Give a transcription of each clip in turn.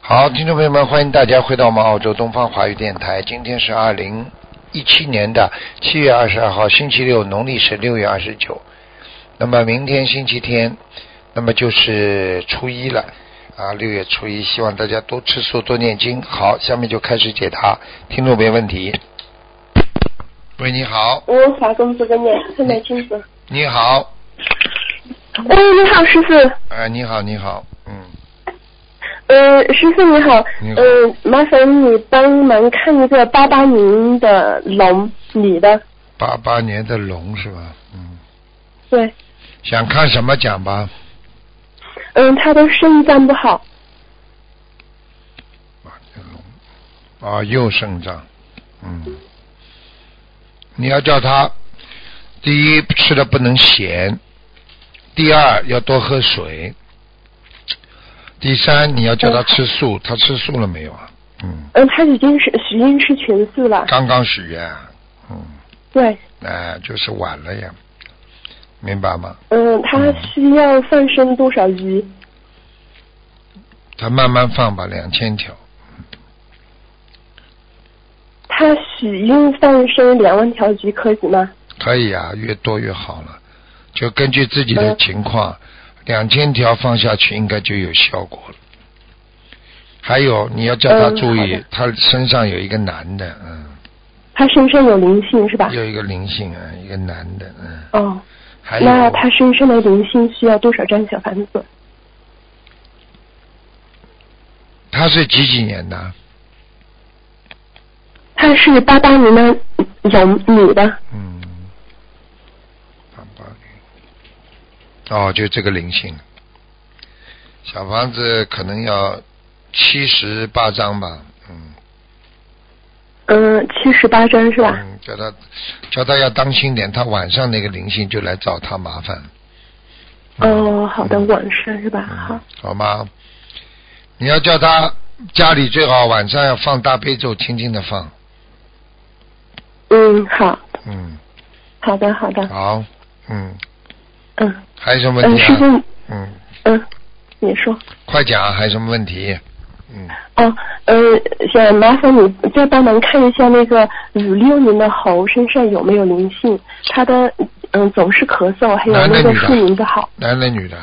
好，听众朋友们，欢迎大家回到我们澳洲东方华语电台。今天是二零一七年的七月二十二号，星期六，农历是六月二十九。那么明天星期天，那么就是初一了啊，六月初一，希望大家多吃素，多念经。好，下面就开始解答听众朋友问题。喂，你好，我法工这个念看得清楚。你好，哎，你好，师傅。呃，你好，你好，嗯，呃，师傅你好。你好呃，麻烦你帮忙看一个八八年的龙女的，八八年的龙是吧？嗯，对，想看什么讲吧？嗯、她的肾脏不好，啊，这个龙啊，右肾脏，嗯，你要叫他，第一吃的不能咸，第二要多喝水，第三你要叫他吃素，他吃素了没有啊？嗯，嗯、她已经是已经是全素了，刚刚许愿啊，嗯，对，哎、就是晚了呀，明白吗？嗯、她需要放生多少鱼？他慢慢放吧，两千条，她许愿放生两万条鱼可以吗？可以啊，越多越好了，就根据自己的嗯情况，两千条放下去应该就有效果了。还有你要叫他嗯注意，好的他身上有一个男的，嗯，她身上有灵性是吧？啊有一个灵性，嗯，一个男的，嗯，哦，还有那她身上的灵性需要多少张小房子？他是几几年的？她是八八年的龙女的，嗯，八八年，哦，就这个灵性，小房子可能要七十八张吧，嗯。嗯，七十八张是吧？嗯，叫他叫他要当心点，他晚上那个灵性就来找他麻烦。哦，好的，嗯晚上是吧？好嗯，，好吗？你要叫他家里最好晚上要放大悲咒，轻轻的放。嗯，好，嗯，好的，好的，好，嗯，嗯，还有什么问嗯，题师啊？傅，嗯，嗯，你说，快讲啊，还有什么问题？嗯，哦，呃，想麻烦你再帮忙看一下那个五六年的猴身上有没有灵性，他的嗯总是咳嗽，还有男的那个女的睡眠不好，男的女的？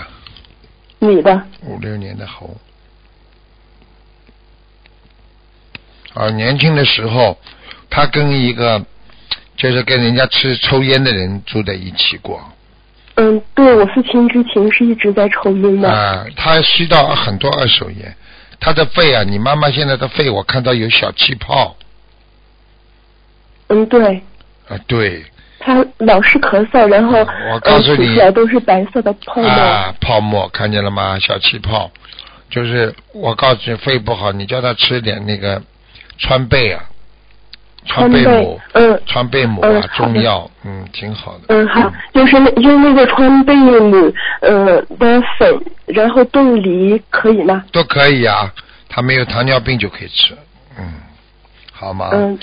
女的，五六年的猴。啊，年轻的时候，他跟一个就是跟人家吃抽烟的人住在一起过。嗯，对我父亲之前是一直在抽烟的，啊，他吸到很多二手烟，他的肺啊，你妈妈现在的肺我看到有小气泡嗯，对。啊，对他老是咳嗽，然后我告诉呃你吐出来都是白色的泡沫。啊，泡沫看见了吗？小气泡，就是我告诉你肺不好，你叫他吃点那个川贝啊，川贝母，嗯川贝母嗯啊好，的中药，嗯，挺好的。嗯，好，就是那用那个川贝母呃的粉，然后冻梨可以吗？都可以啊，他没有糖尿病就可以吃，嗯，好吗？嗯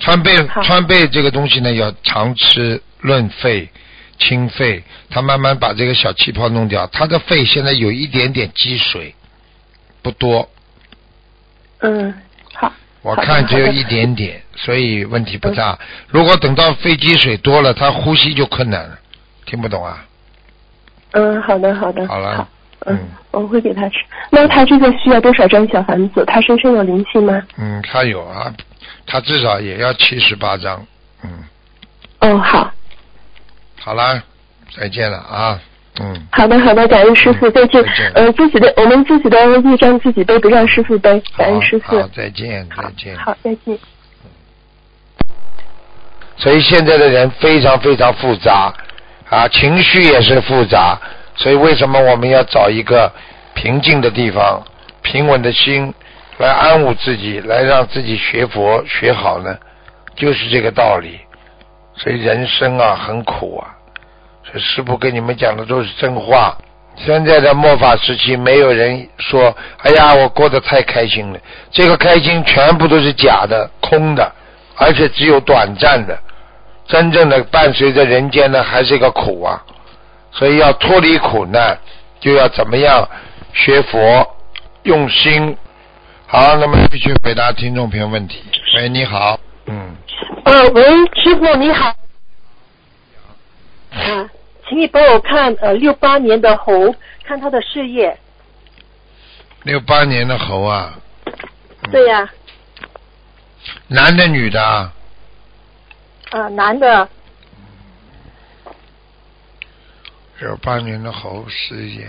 川贝好川贝这个东西呢，要常吃润肺、清肺，它慢慢把这个小气泡弄掉。他的肺现在有一点点积水，不多，嗯，好。我好的看只有好的一点点，所以问题不大。嗯如果等到肺积水多了，他呼吸就困难了，听不懂啊？嗯，好的好的。好了嗯嗯，我会给他吃。那他这个需要多少张小房子？他身上有灵性吗？嗯，他有啊，他至少也要七十八张。嗯，哦，好，好啦，再见了啊，嗯。好的好的，感恩师傅，嗯再见再见。呃，自己的我们自己的业障自己背，不让师傅背，好感恩师傅。好，再见，再见。好，再见。所以现在的人非常非常复杂啊，情绪也是复杂。所以为什么我们要找一个平静的地方、平稳的心来安抚自己，来让自己学佛学好呢？就是这个道理。所以人生啊，很苦啊。所以师傅跟你们讲的都是真话。现在的末法时期，没有人说：“哎呀，我过得太开心了。”这个开心全部都是假的、空的，而且只有短暂的。真正的伴随着人间的还是一个苦啊。所以要脱离苦难，就要怎么样学佛，用心好，那么必须回答听众朋友问题。喂，你好，嗯，呃，喂，师傅你好。啊，请你帮我看呃六八年的猴，看他的事业。六八年的猴啊，对呀、男的女的啊？啊、男的，六八年的猴事业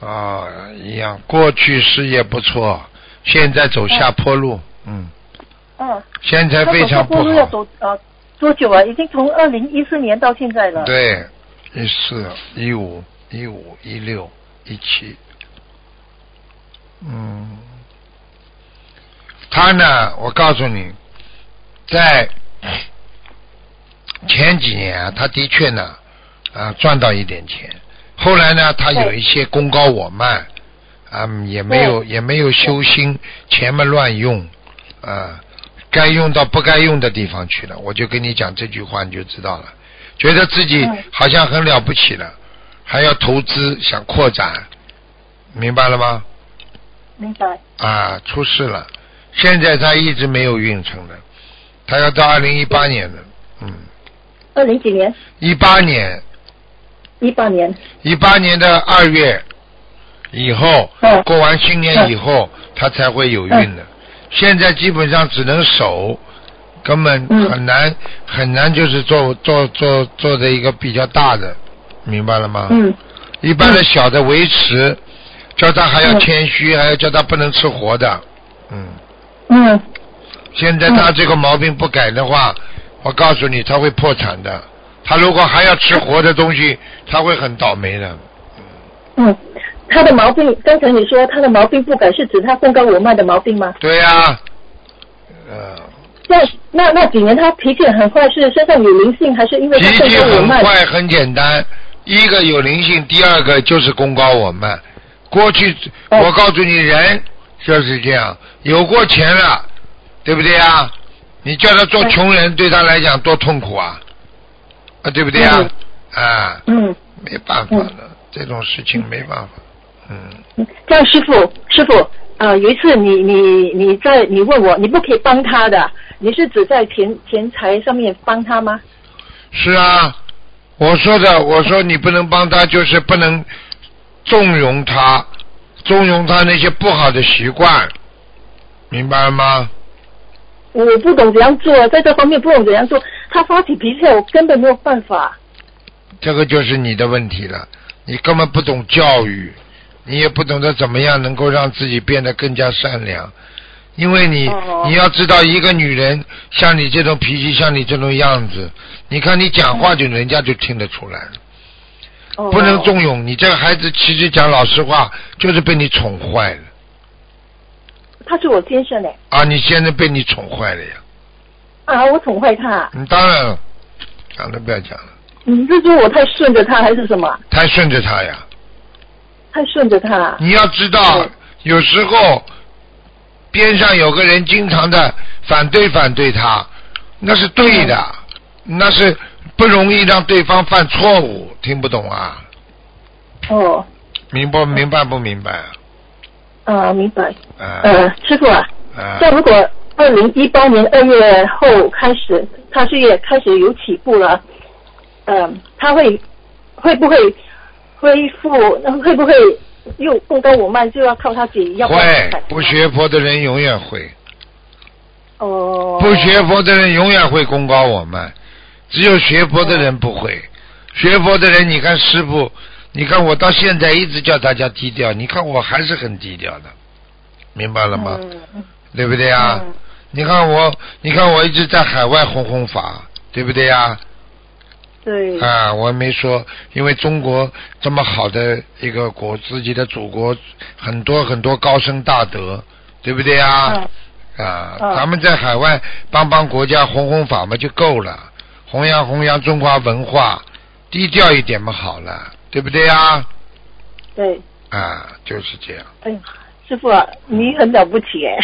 啊，啊，一样，过去事业不错，现在走下坡路，嗯，嗯，现在非常不他走下坡路要好，走呃多久啊？已经从二零一四年到现在了。对，一四、一五、一五、一六、一七，嗯，他呢，我告诉你，在前几年啊，他的确呢，啊，赚到一点钱，后来呢，他有对一些功高我慢，啊，也没有也没有修心，钱嘛乱用，啊，该用到不该用的地方去了。我就跟你讲这句话，你就知道了。觉得自己嗯好像很了不起了，还要投资想扩展，明白了吗？明白。啊，出事了，现在他一直没有运程的，他要到二零一八年了，嗯，二零几年？一八年一八年。一八年的二月以后，嗯过完新年以后，他才会有运的。现在基本上只能守，根本嗯很难、很难，就是做做做做的一个比较大的，明白了吗？嗯一般的小的维持，叫他还要嗯谦虚，还要叫他不能吃活的。嗯，嗯，现在他这个毛病不改的话，我告诉你，他会破产的。他如果还要吃活的东西，他会很倒霉的。嗯，他的毛病，刚才你说他的毛病不改，是指他功高我慢的毛病吗？对呀、呃，那那那几年他脾气很坏，是身上有灵性，还是因为脾他功气高我很慢？坏，很简单，一个有灵性，第二个就是功高我慢。过去哦我告诉你，人就是这样，有过钱了，对不对啊？你叫他做对穷人，对他来讲多痛苦啊，啊，对不对啊嗯？啊，嗯，没办法了，这种事情没办法，嗯。这样师傅，师傅，呃，有一次你你你在你问我，你不可以帮他的，你是指在钱钱财上面帮他吗？是啊，我说的，我说你不能帮他，就是不能纵容他，纵容他那些不好的习惯，明白了吗？我不懂怎样做，在这方面不懂怎样做。他发起脾气来，我根本没有办法。这个就是你的问题了，你根本不懂教育，你也不懂得怎么样能够让自己变得更加善良，因为你、哦你要知道，一个女人像你这种脾气，像你这种样子，你看你讲话就人家就听得出来了。哦、不能纵容你这个孩子，其实讲老实话，就是被你宠坏了他是我先生哎，啊！你现在被你宠坏了呀！啊，我宠坏他。你当然了，讲都不要讲了，你是说我太顺着他还是什么？太顺着他呀！太顺着他。你要知道嗯，有时候边上有个人经常的反对反对他，那是对的，嗯那是不容易让对方犯错误。听不懂啊？哦，明不明白不明白啊？啊，明白。啊呃，师傅啊，啊！那如果二零一八年二月后开始，他事业开始有起步了，嗯，他会会不会恢复？会不会又功高我慢，就要靠他自己？要会不？学佛的人永远会。哦，不学佛的人永远会功高我慢，只有学佛的人不会。学佛的人，你看师傅，你看我到现在一直叫大家低调，你看我还是很低调的，明白了吗？嗯对不对啊？嗯你看我，你看我一直在海外弘弘法，对不对呀、对，啊？啊，我没说，因为中国这么好的一个国，自己的祖国很多很多高僧大德，对不对呀、嗯啊，嗯咱们在海外帮帮国家弘弘法嘛就够了，弘扬弘扬中华文化，低调一点嘛好了，对不对呀？对，啊，就是这样，哎呀，师傅啊，你很了不起哎，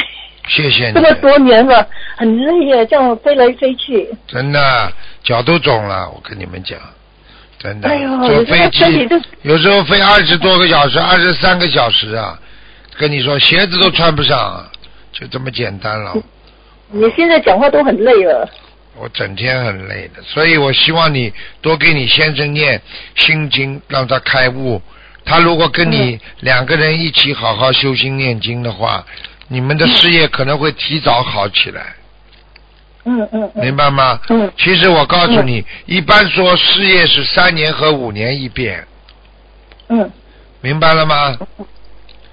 谢谢这么你，多年了，很累耶，这样飞来飞去。真的脚都肿了，我跟你们讲，真的，哎呦，坐我这飞个身体机就有时候飞二十多个小时，二十三个小时啊，跟你说，鞋子都穿不上，就这么简单嗯了。你现在讲话都很累了。我整天很累的，所以我希望你多给你先生念心经，让他开悟。他如果跟你两个人一起好好修心念经的话，你们的事业可能会提早好起来，嗯嗯嗯。明白吗？嗯其实我告诉你，一般说事业是三年和五年一变，嗯明白了吗？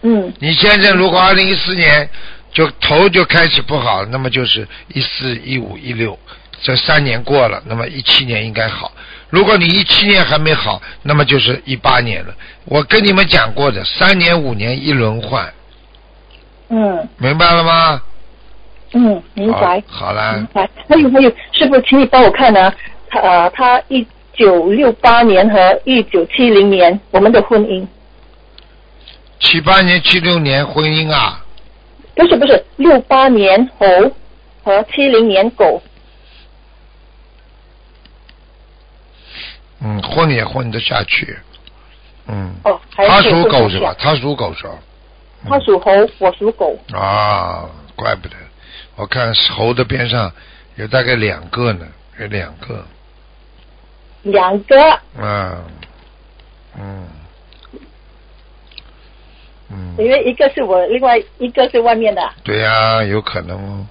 嗯你先生如果二零一四年就头就开始不好，那么就是一四、一五、一六这三年过了，那么一七年应该好。如果你一七年还没好，那么就是一八年了。我跟你们讲过的，三年五年一轮换，嗯明白了吗？嗯，明白。好好啊啦明，白。哎还有还有，师傅，请你帮我看啊，他呃，他一九六八年和一九七零年我们的婚姻，七八年、七六年婚姻啊，不是不是，六八年猴和七零年狗，嗯，混也混得下去，嗯。哦还他是属混狗得是下吧？他属狗是吧？嗯他属猴，我属狗。啊，怪不得，我看猴的边上有大概两个呢，有两个，两个，啊，嗯，嗯，因为一个是我，另外一个是外面的，对呀、有可能哦。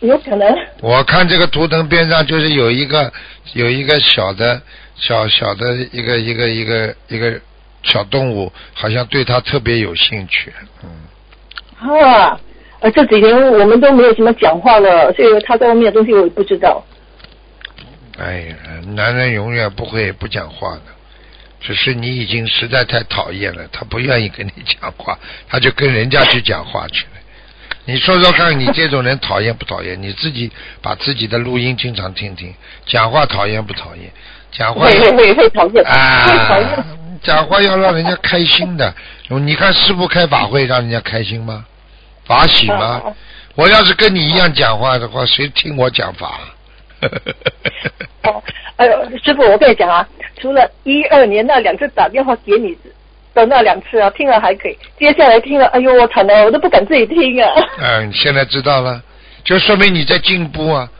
有可能。我看这个图腾边上就是有一个有一个小的小小的一个一个一个一个小动物，好像对它特别有兴趣，嗯，啊，呃，这几年我们都没有什么讲话了，所以他在外面的东西我也不知道。哎呀，男人永远不会不讲话的，只是你已经实在太讨厌了，他不愿意跟你讲话，他就跟人家去讲话去了。你说说看，你这种人讨厌不讨厌？你自己把自己的录音经常听听，讲话讨厌不讨厌？讲话会 会会会讨厌，会讨啊厌。，讲话要让人家开心的。你看师傅开法会让人家开心吗？法喜吗？啊我要是跟你一样讲话的话，谁听我讲 法？啊哦，呃，师傅，我跟你讲啊，除了一二年那两次打电话给你的那两次啊，听了还可以，接下来听了，哎呦，我惨了，我都不敢自己听啊。嗯，现在知道了，就说明你在进步啊。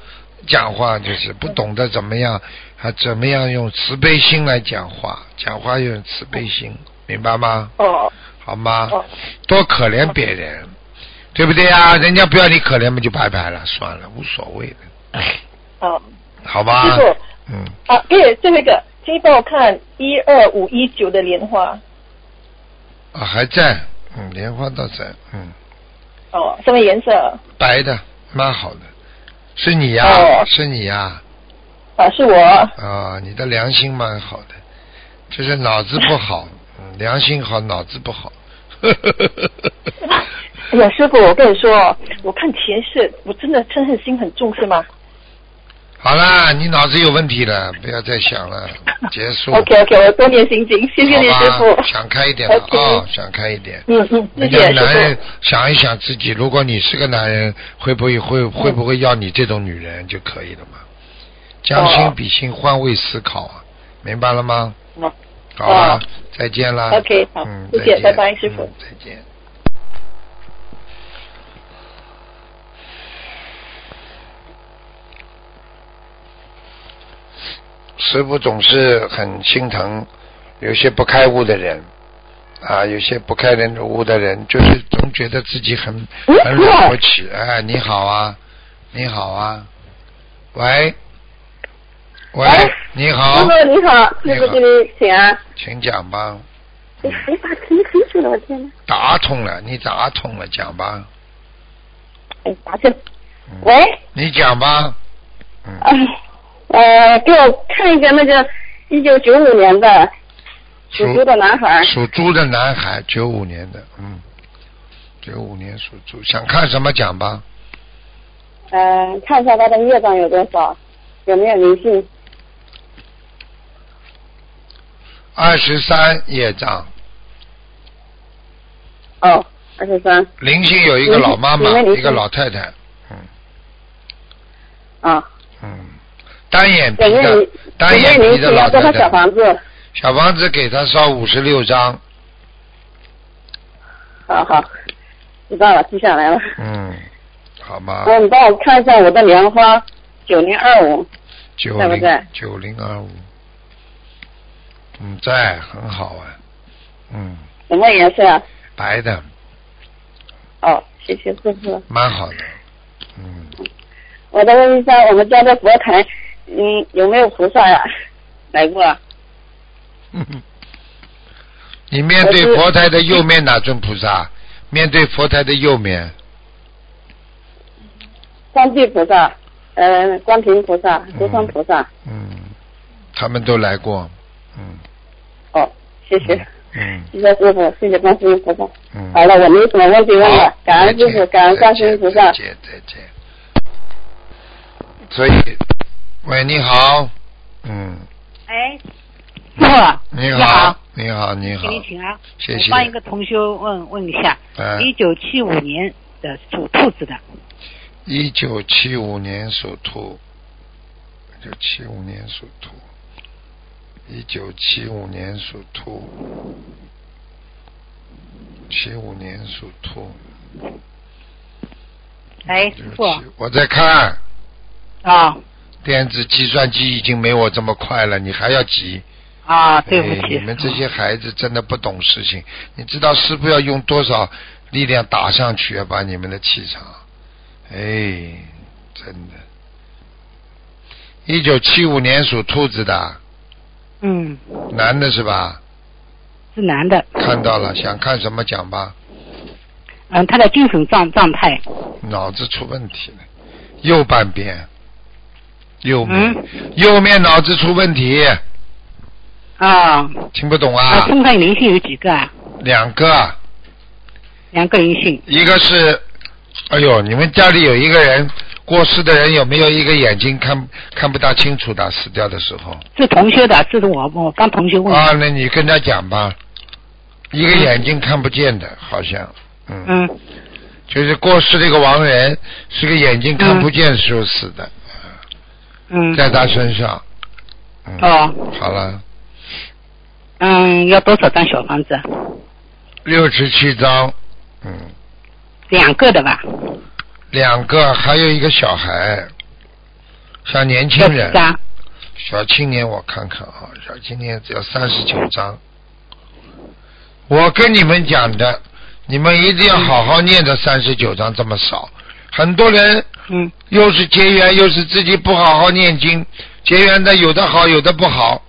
讲话就是不懂得怎么样，啊，怎么样用慈悲心来讲话，讲话用慈悲心，明白吗？ 哦好吗？哦，多可怜别人，对不对啊？人家不要你可怜嘛，就拜拜了，算了，无所谓的，哦，好吧师？傅嗯，啊，对，最后一个，请你帮我看一二五一九的莲花，啊，还在，嗯，莲花倒在，嗯，哦，什么颜色？白的，蛮好的，是你呀、哦是你呀、啊，是我。啊，你的良心蛮好的，就是脑子不 好，嗯良心好，脑子不好。哎呀，师傅，我跟你说哦，我看前世，我真的嗔恨心很重，是吗好啦，你脑子有问题了，不要再想了，结束。 ？OK OK，我多念心经，谢谢你，好师吧傅。想开一点了啊、 OK 想开一点。嗯人嗯，谢谢家师男人傅。想一想自己，如果你是个男人，会不会嗯会会不会要你这种女人就可以了嘛？将心比心，换位思考啊，明白了吗？好好吧哦，再见啦。 OK，好嗯，谢谢再见拜拜师傅嗯再见。师傅总是很心疼有些不开悟的人，啊，有些不开人悟的人，就是总觉得自己很很了不起。哎，你好啊，你好啊，喂，喂，你好，师傅你好，你师好傅给你请安。请讲吧。哎哎，把听清楚了，我天哪！打通了，你打通了，讲吧。哎，打去了。嗯、喂，你讲吧。嗯，哎，呃，给我看一个那个一九九五年的属属猪的男孩儿，属猪的男孩，九五年的，嗯，九五年属猪，想看什么讲吧。嗯、看一下他的业障有多少，有没有灵性？二十三业障，哦，二十三。灵性有一个老妈妈你，你一个老太太，嗯啊，嗯，单眼皮有没有的灵？，单有没眼有灵皮的性？要老多太少小太。房子？小房子给他烧五十六张，好好，知道了，记下来了。嗯，好吗？哦，你帮我看一下我的莲花，九零二五，九在不零在九零二五，嗯，在，很好啊，嗯，什么颜色啊？白的，哦，谢谢师傅。蛮好的，嗯，我再问一下，我们家的佛台，嗯，有没有菩萨呀、 来过啊？嗯你面我对是佛台的右面哪尊菩萨？面对佛台的右面，观地菩萨，呃，观平菩萨，多方菩萨。嗯，他们都来过，嗯哦，谢谢，嗯谢谢师傅，谢谢观世音菩萨。嗯。好了，我没什么问题问了好，啊感恩再师见傅，感恩观世音菩萨再。见再见。所以，喂，你好，嗯，哎，师嗯傅啊，你你好，你好，你好请，你请啊，谢我谢。帮一个同修问问一下，嗯一九七五年的属兔子的，一九七五年属兔，一九七五年属兔，一九七五年属兔，七五年属兔。哎，师傅1975我在看啊电子计算机已经没我这么快了，你还要急？啊， 对不哎起，啊嗯你们这些孩子真的不懂事情。你知道师傅要用多少力量打上去啊，把你们的气场？哎，真的。一九七五年属兔子的，嗯，男的是吧？是男的，看到了，想看什么讲吧。嗯，他的精神状状态，脑子出问题了，右半边，右面，嗯右面脑子出问题，啊，听不懂啊，啊？身上灵性有几个啊？两个，两个灵性，一个是，哎呦，你们家里有一个人过世的人有没有一个眼睛看看不大清楚的？死掉的时候是同修的，这是我我帮同修问的，啊，那你跟他讲吧，一个眼睛看不见的，好像，嗯，嗯，就是过世这个亡人是个眼睛看不见的时候死的，嗯，在他身上，嗯，哦，好了，嗯，要多少张小房子？六十七张，嗯，两个的吧，两个，还有一个小孩，小年轻要人几，张？小青年，我看看啊，小青年只要三十九张。我跟你们讲的，你们一定要好好念这三十九章，这么少，很多人嗯，又是结缘，又是自己不好好念经，结缘的有的好，有的不好。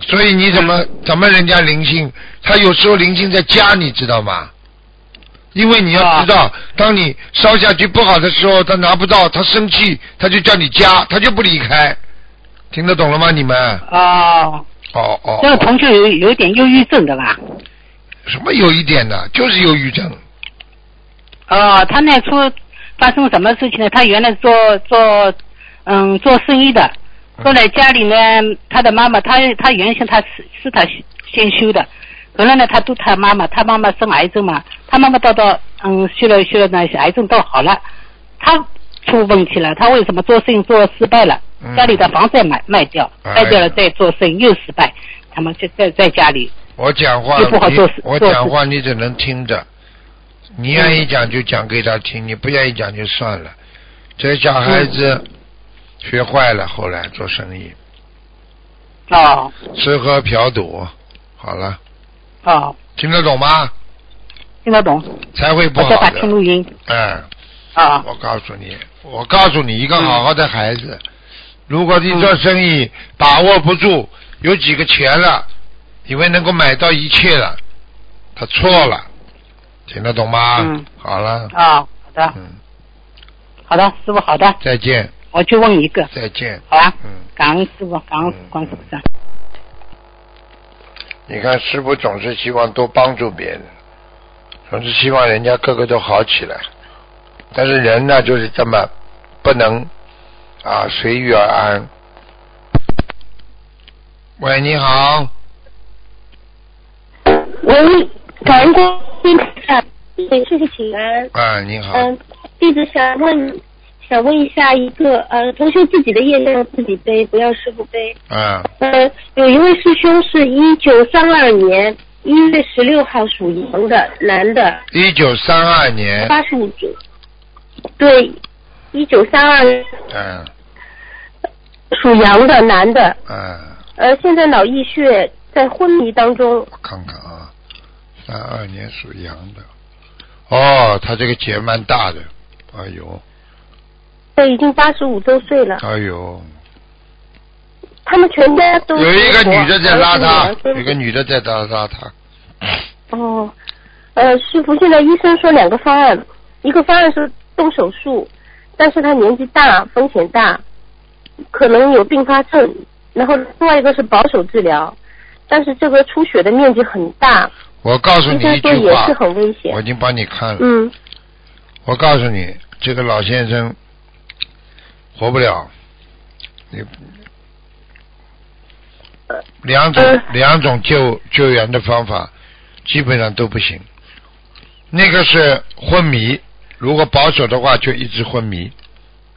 所以你怎么怎么人家灵性，他有时候灵性在家，你知道吗？因为你要知啊道，当你烧下去不好的时候，他拿不到，他生气，他就叫你加，他就不离开。听得懂了吗？你们？哦，哦哦这个哦，同修有有点忧郁症的吧？什么有一点的，就是忧郁症。哦，他那出发生什么事情呢？他原来做做嗯做生意的，嗯后来家里呢，他的妈妈，他他原先他是是他先修的，后来呢，他都他妈妈，他妈妈生癌症嘛，他妈妈到到嗯修了修了呢，癌症倒好了，他出问题了，他为什么做生意做失败了？嗯家里的房子也卖卖掉，哎呀卖掉了再做生意又失败，他们就在在家里我讲话，就不好你做事我做讲事话你只能听着，你愿意讲就讲给他嗯听，你不愿意讲就算了。这小孩子嗯学坏了，后来做生意，哦吃喝嫖赌，好了，哦听得懂吗？听得懂？才会不我再好打听的。录音哎，啊我告诉你，我告诉你，一个好好的孩子，嗯如果你做生意把握不住，有几个钱了，以为能够买到一切了，他错了，听得懂吗？嗯好了，啊、哦好的嗯，好的，师傅好的，再见，我就问一个，再见，好吧？嗯。感恩师傅，感恩观世音菩萨。你看，师傅总是希望多帮助别人，总是希望人家个个都好起来。但是人呢，就是这么不能啊随遇而安。喂，你好，喂，感恩观世音菩萨，对，谢谢请安。啊，你好，嗯，弟子想问，想问一下一个，呃，同学自己的业让自己背，不要师傅背。啊，呃，有一位师兄是一九三二年一月十六号属羊的男的，一九三二年，八十五周，对，一九三二嗯属羊的男的，嗯，呃，现在脑溢血在昏迷当中，我看看啊，三二年属羊的，哦，他这个结蛮大的，哎呦，对，已经八十五周岁了。哎呦，他们全家都呃有一个女的在拉他儿，子女儿有一个女的在拉拉他， 哦，呃，师傅，现在医生说两个方案，一个方案是动手术，但是他年纪大，风险大，可能有并发症；然后另外一个是保守治疗，但是这个出血的面积很大，我告诉医你生一说句也话是，很危我险已。经帮你看了。嗯，我告诉你，这个老先生活不了。你两种、呃两种救救援的方法基本上都不行。那个是昏迷，如果保守的话就一直昏迷，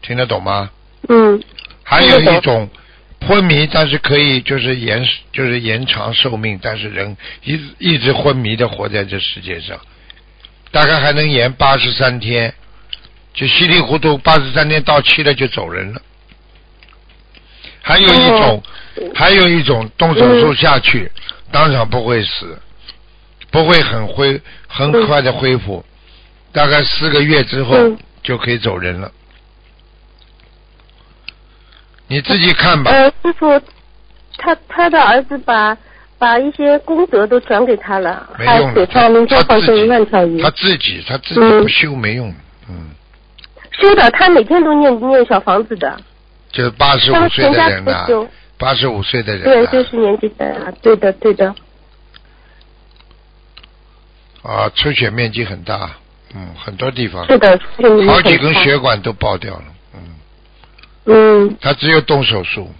听得懂吗？嗯，还有听得懂一种昏迷，但是可以就是延就是延长寿命，但是人一直一直昏迷的活在这世界上，大概还能延八十三天，就稀里糊涂八十三天到期了就走人了。还有一种，还有一种动手术下去，当场不会死，不会很恢很快的恢复，大概四个月之后嗯就可以走人了。你自己看吧。呃，师傅，他他的儿子把把一些功德都转给他了，没还用的，给他他明天放自生己一万条鱼他。自己他自己嗯不修没用的，嗯，修的，他每天都念念小房子的，就是八十他五岁全的家人呐都、修。八十五岁的人啊对，呐、就是年纪大了，对的，对的。啊，出血面积很大，嗯，很多地方，是的，是你好几根血管都爆掉了，嗯，嗯，他只有动手术，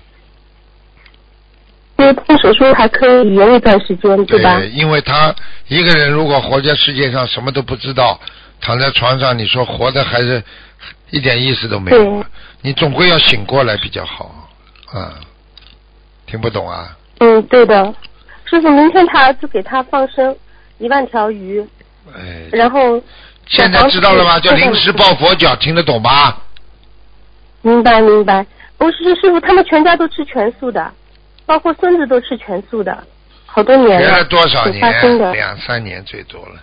因为动手术还可以延一段时间，对吧？因为他一个人如果活在世界上什么都不知道，躺在床上，你说活的还是一点意思都没有对啊，你总归要醒过来比较好，啊，听不懂啊？嗯，对的。师傅，明天他儿子给他放生一万条鱼，哎，然后现在知道了吧？小叫房子临时抱佛脚，听得懂吧？明白明白。不是师傅，他们全家都吃全素的，包括孙子都吃全素的，好多学年了多少挺发心年？的。两三年最多了。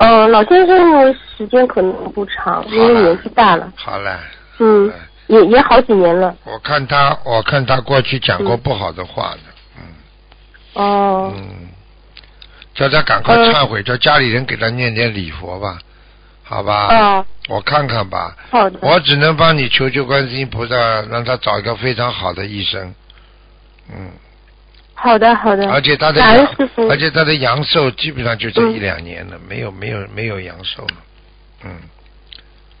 嗯，老先生因为时间可能不长，因为年纪大了，好了，嗯，哎也也好几年了。我看他，我看他过去讲过不好的话的，哦，嗯，叫他赶快忏悔，叫家里人给他念点礼佛吧，好吧？哦，嗯我看看吧，好的。我只能帮你求求观世音菩萨，让他找一个非常好的医生。嗯，好的，好的。而且他的感恩阳师傅，而且他的阳寿基本上就这一嗯两年了，没有没有没有阳寿了，嗯。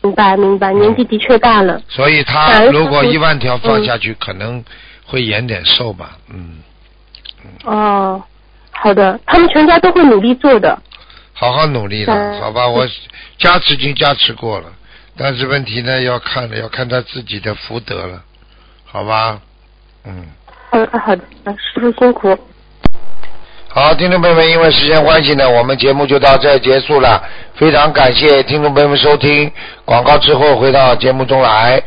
明白明白，啊年纪的确大了。所以感他恩如果师父嗯一万条放下去，可能会延点寿吧。嗯，哦，好的，他们全家都会努力做的。好好努力感了，恩好吧？我加持已经加持过了，但是问题呢，要看了，要看他自己的福德了，好吧？嗯，好的好的，师傅辛苦。好，听众朋友们，因为时间关系呢，我们节目就到这儿结束了。非常感谢听众朋友们收听，广告之后回到节目中来。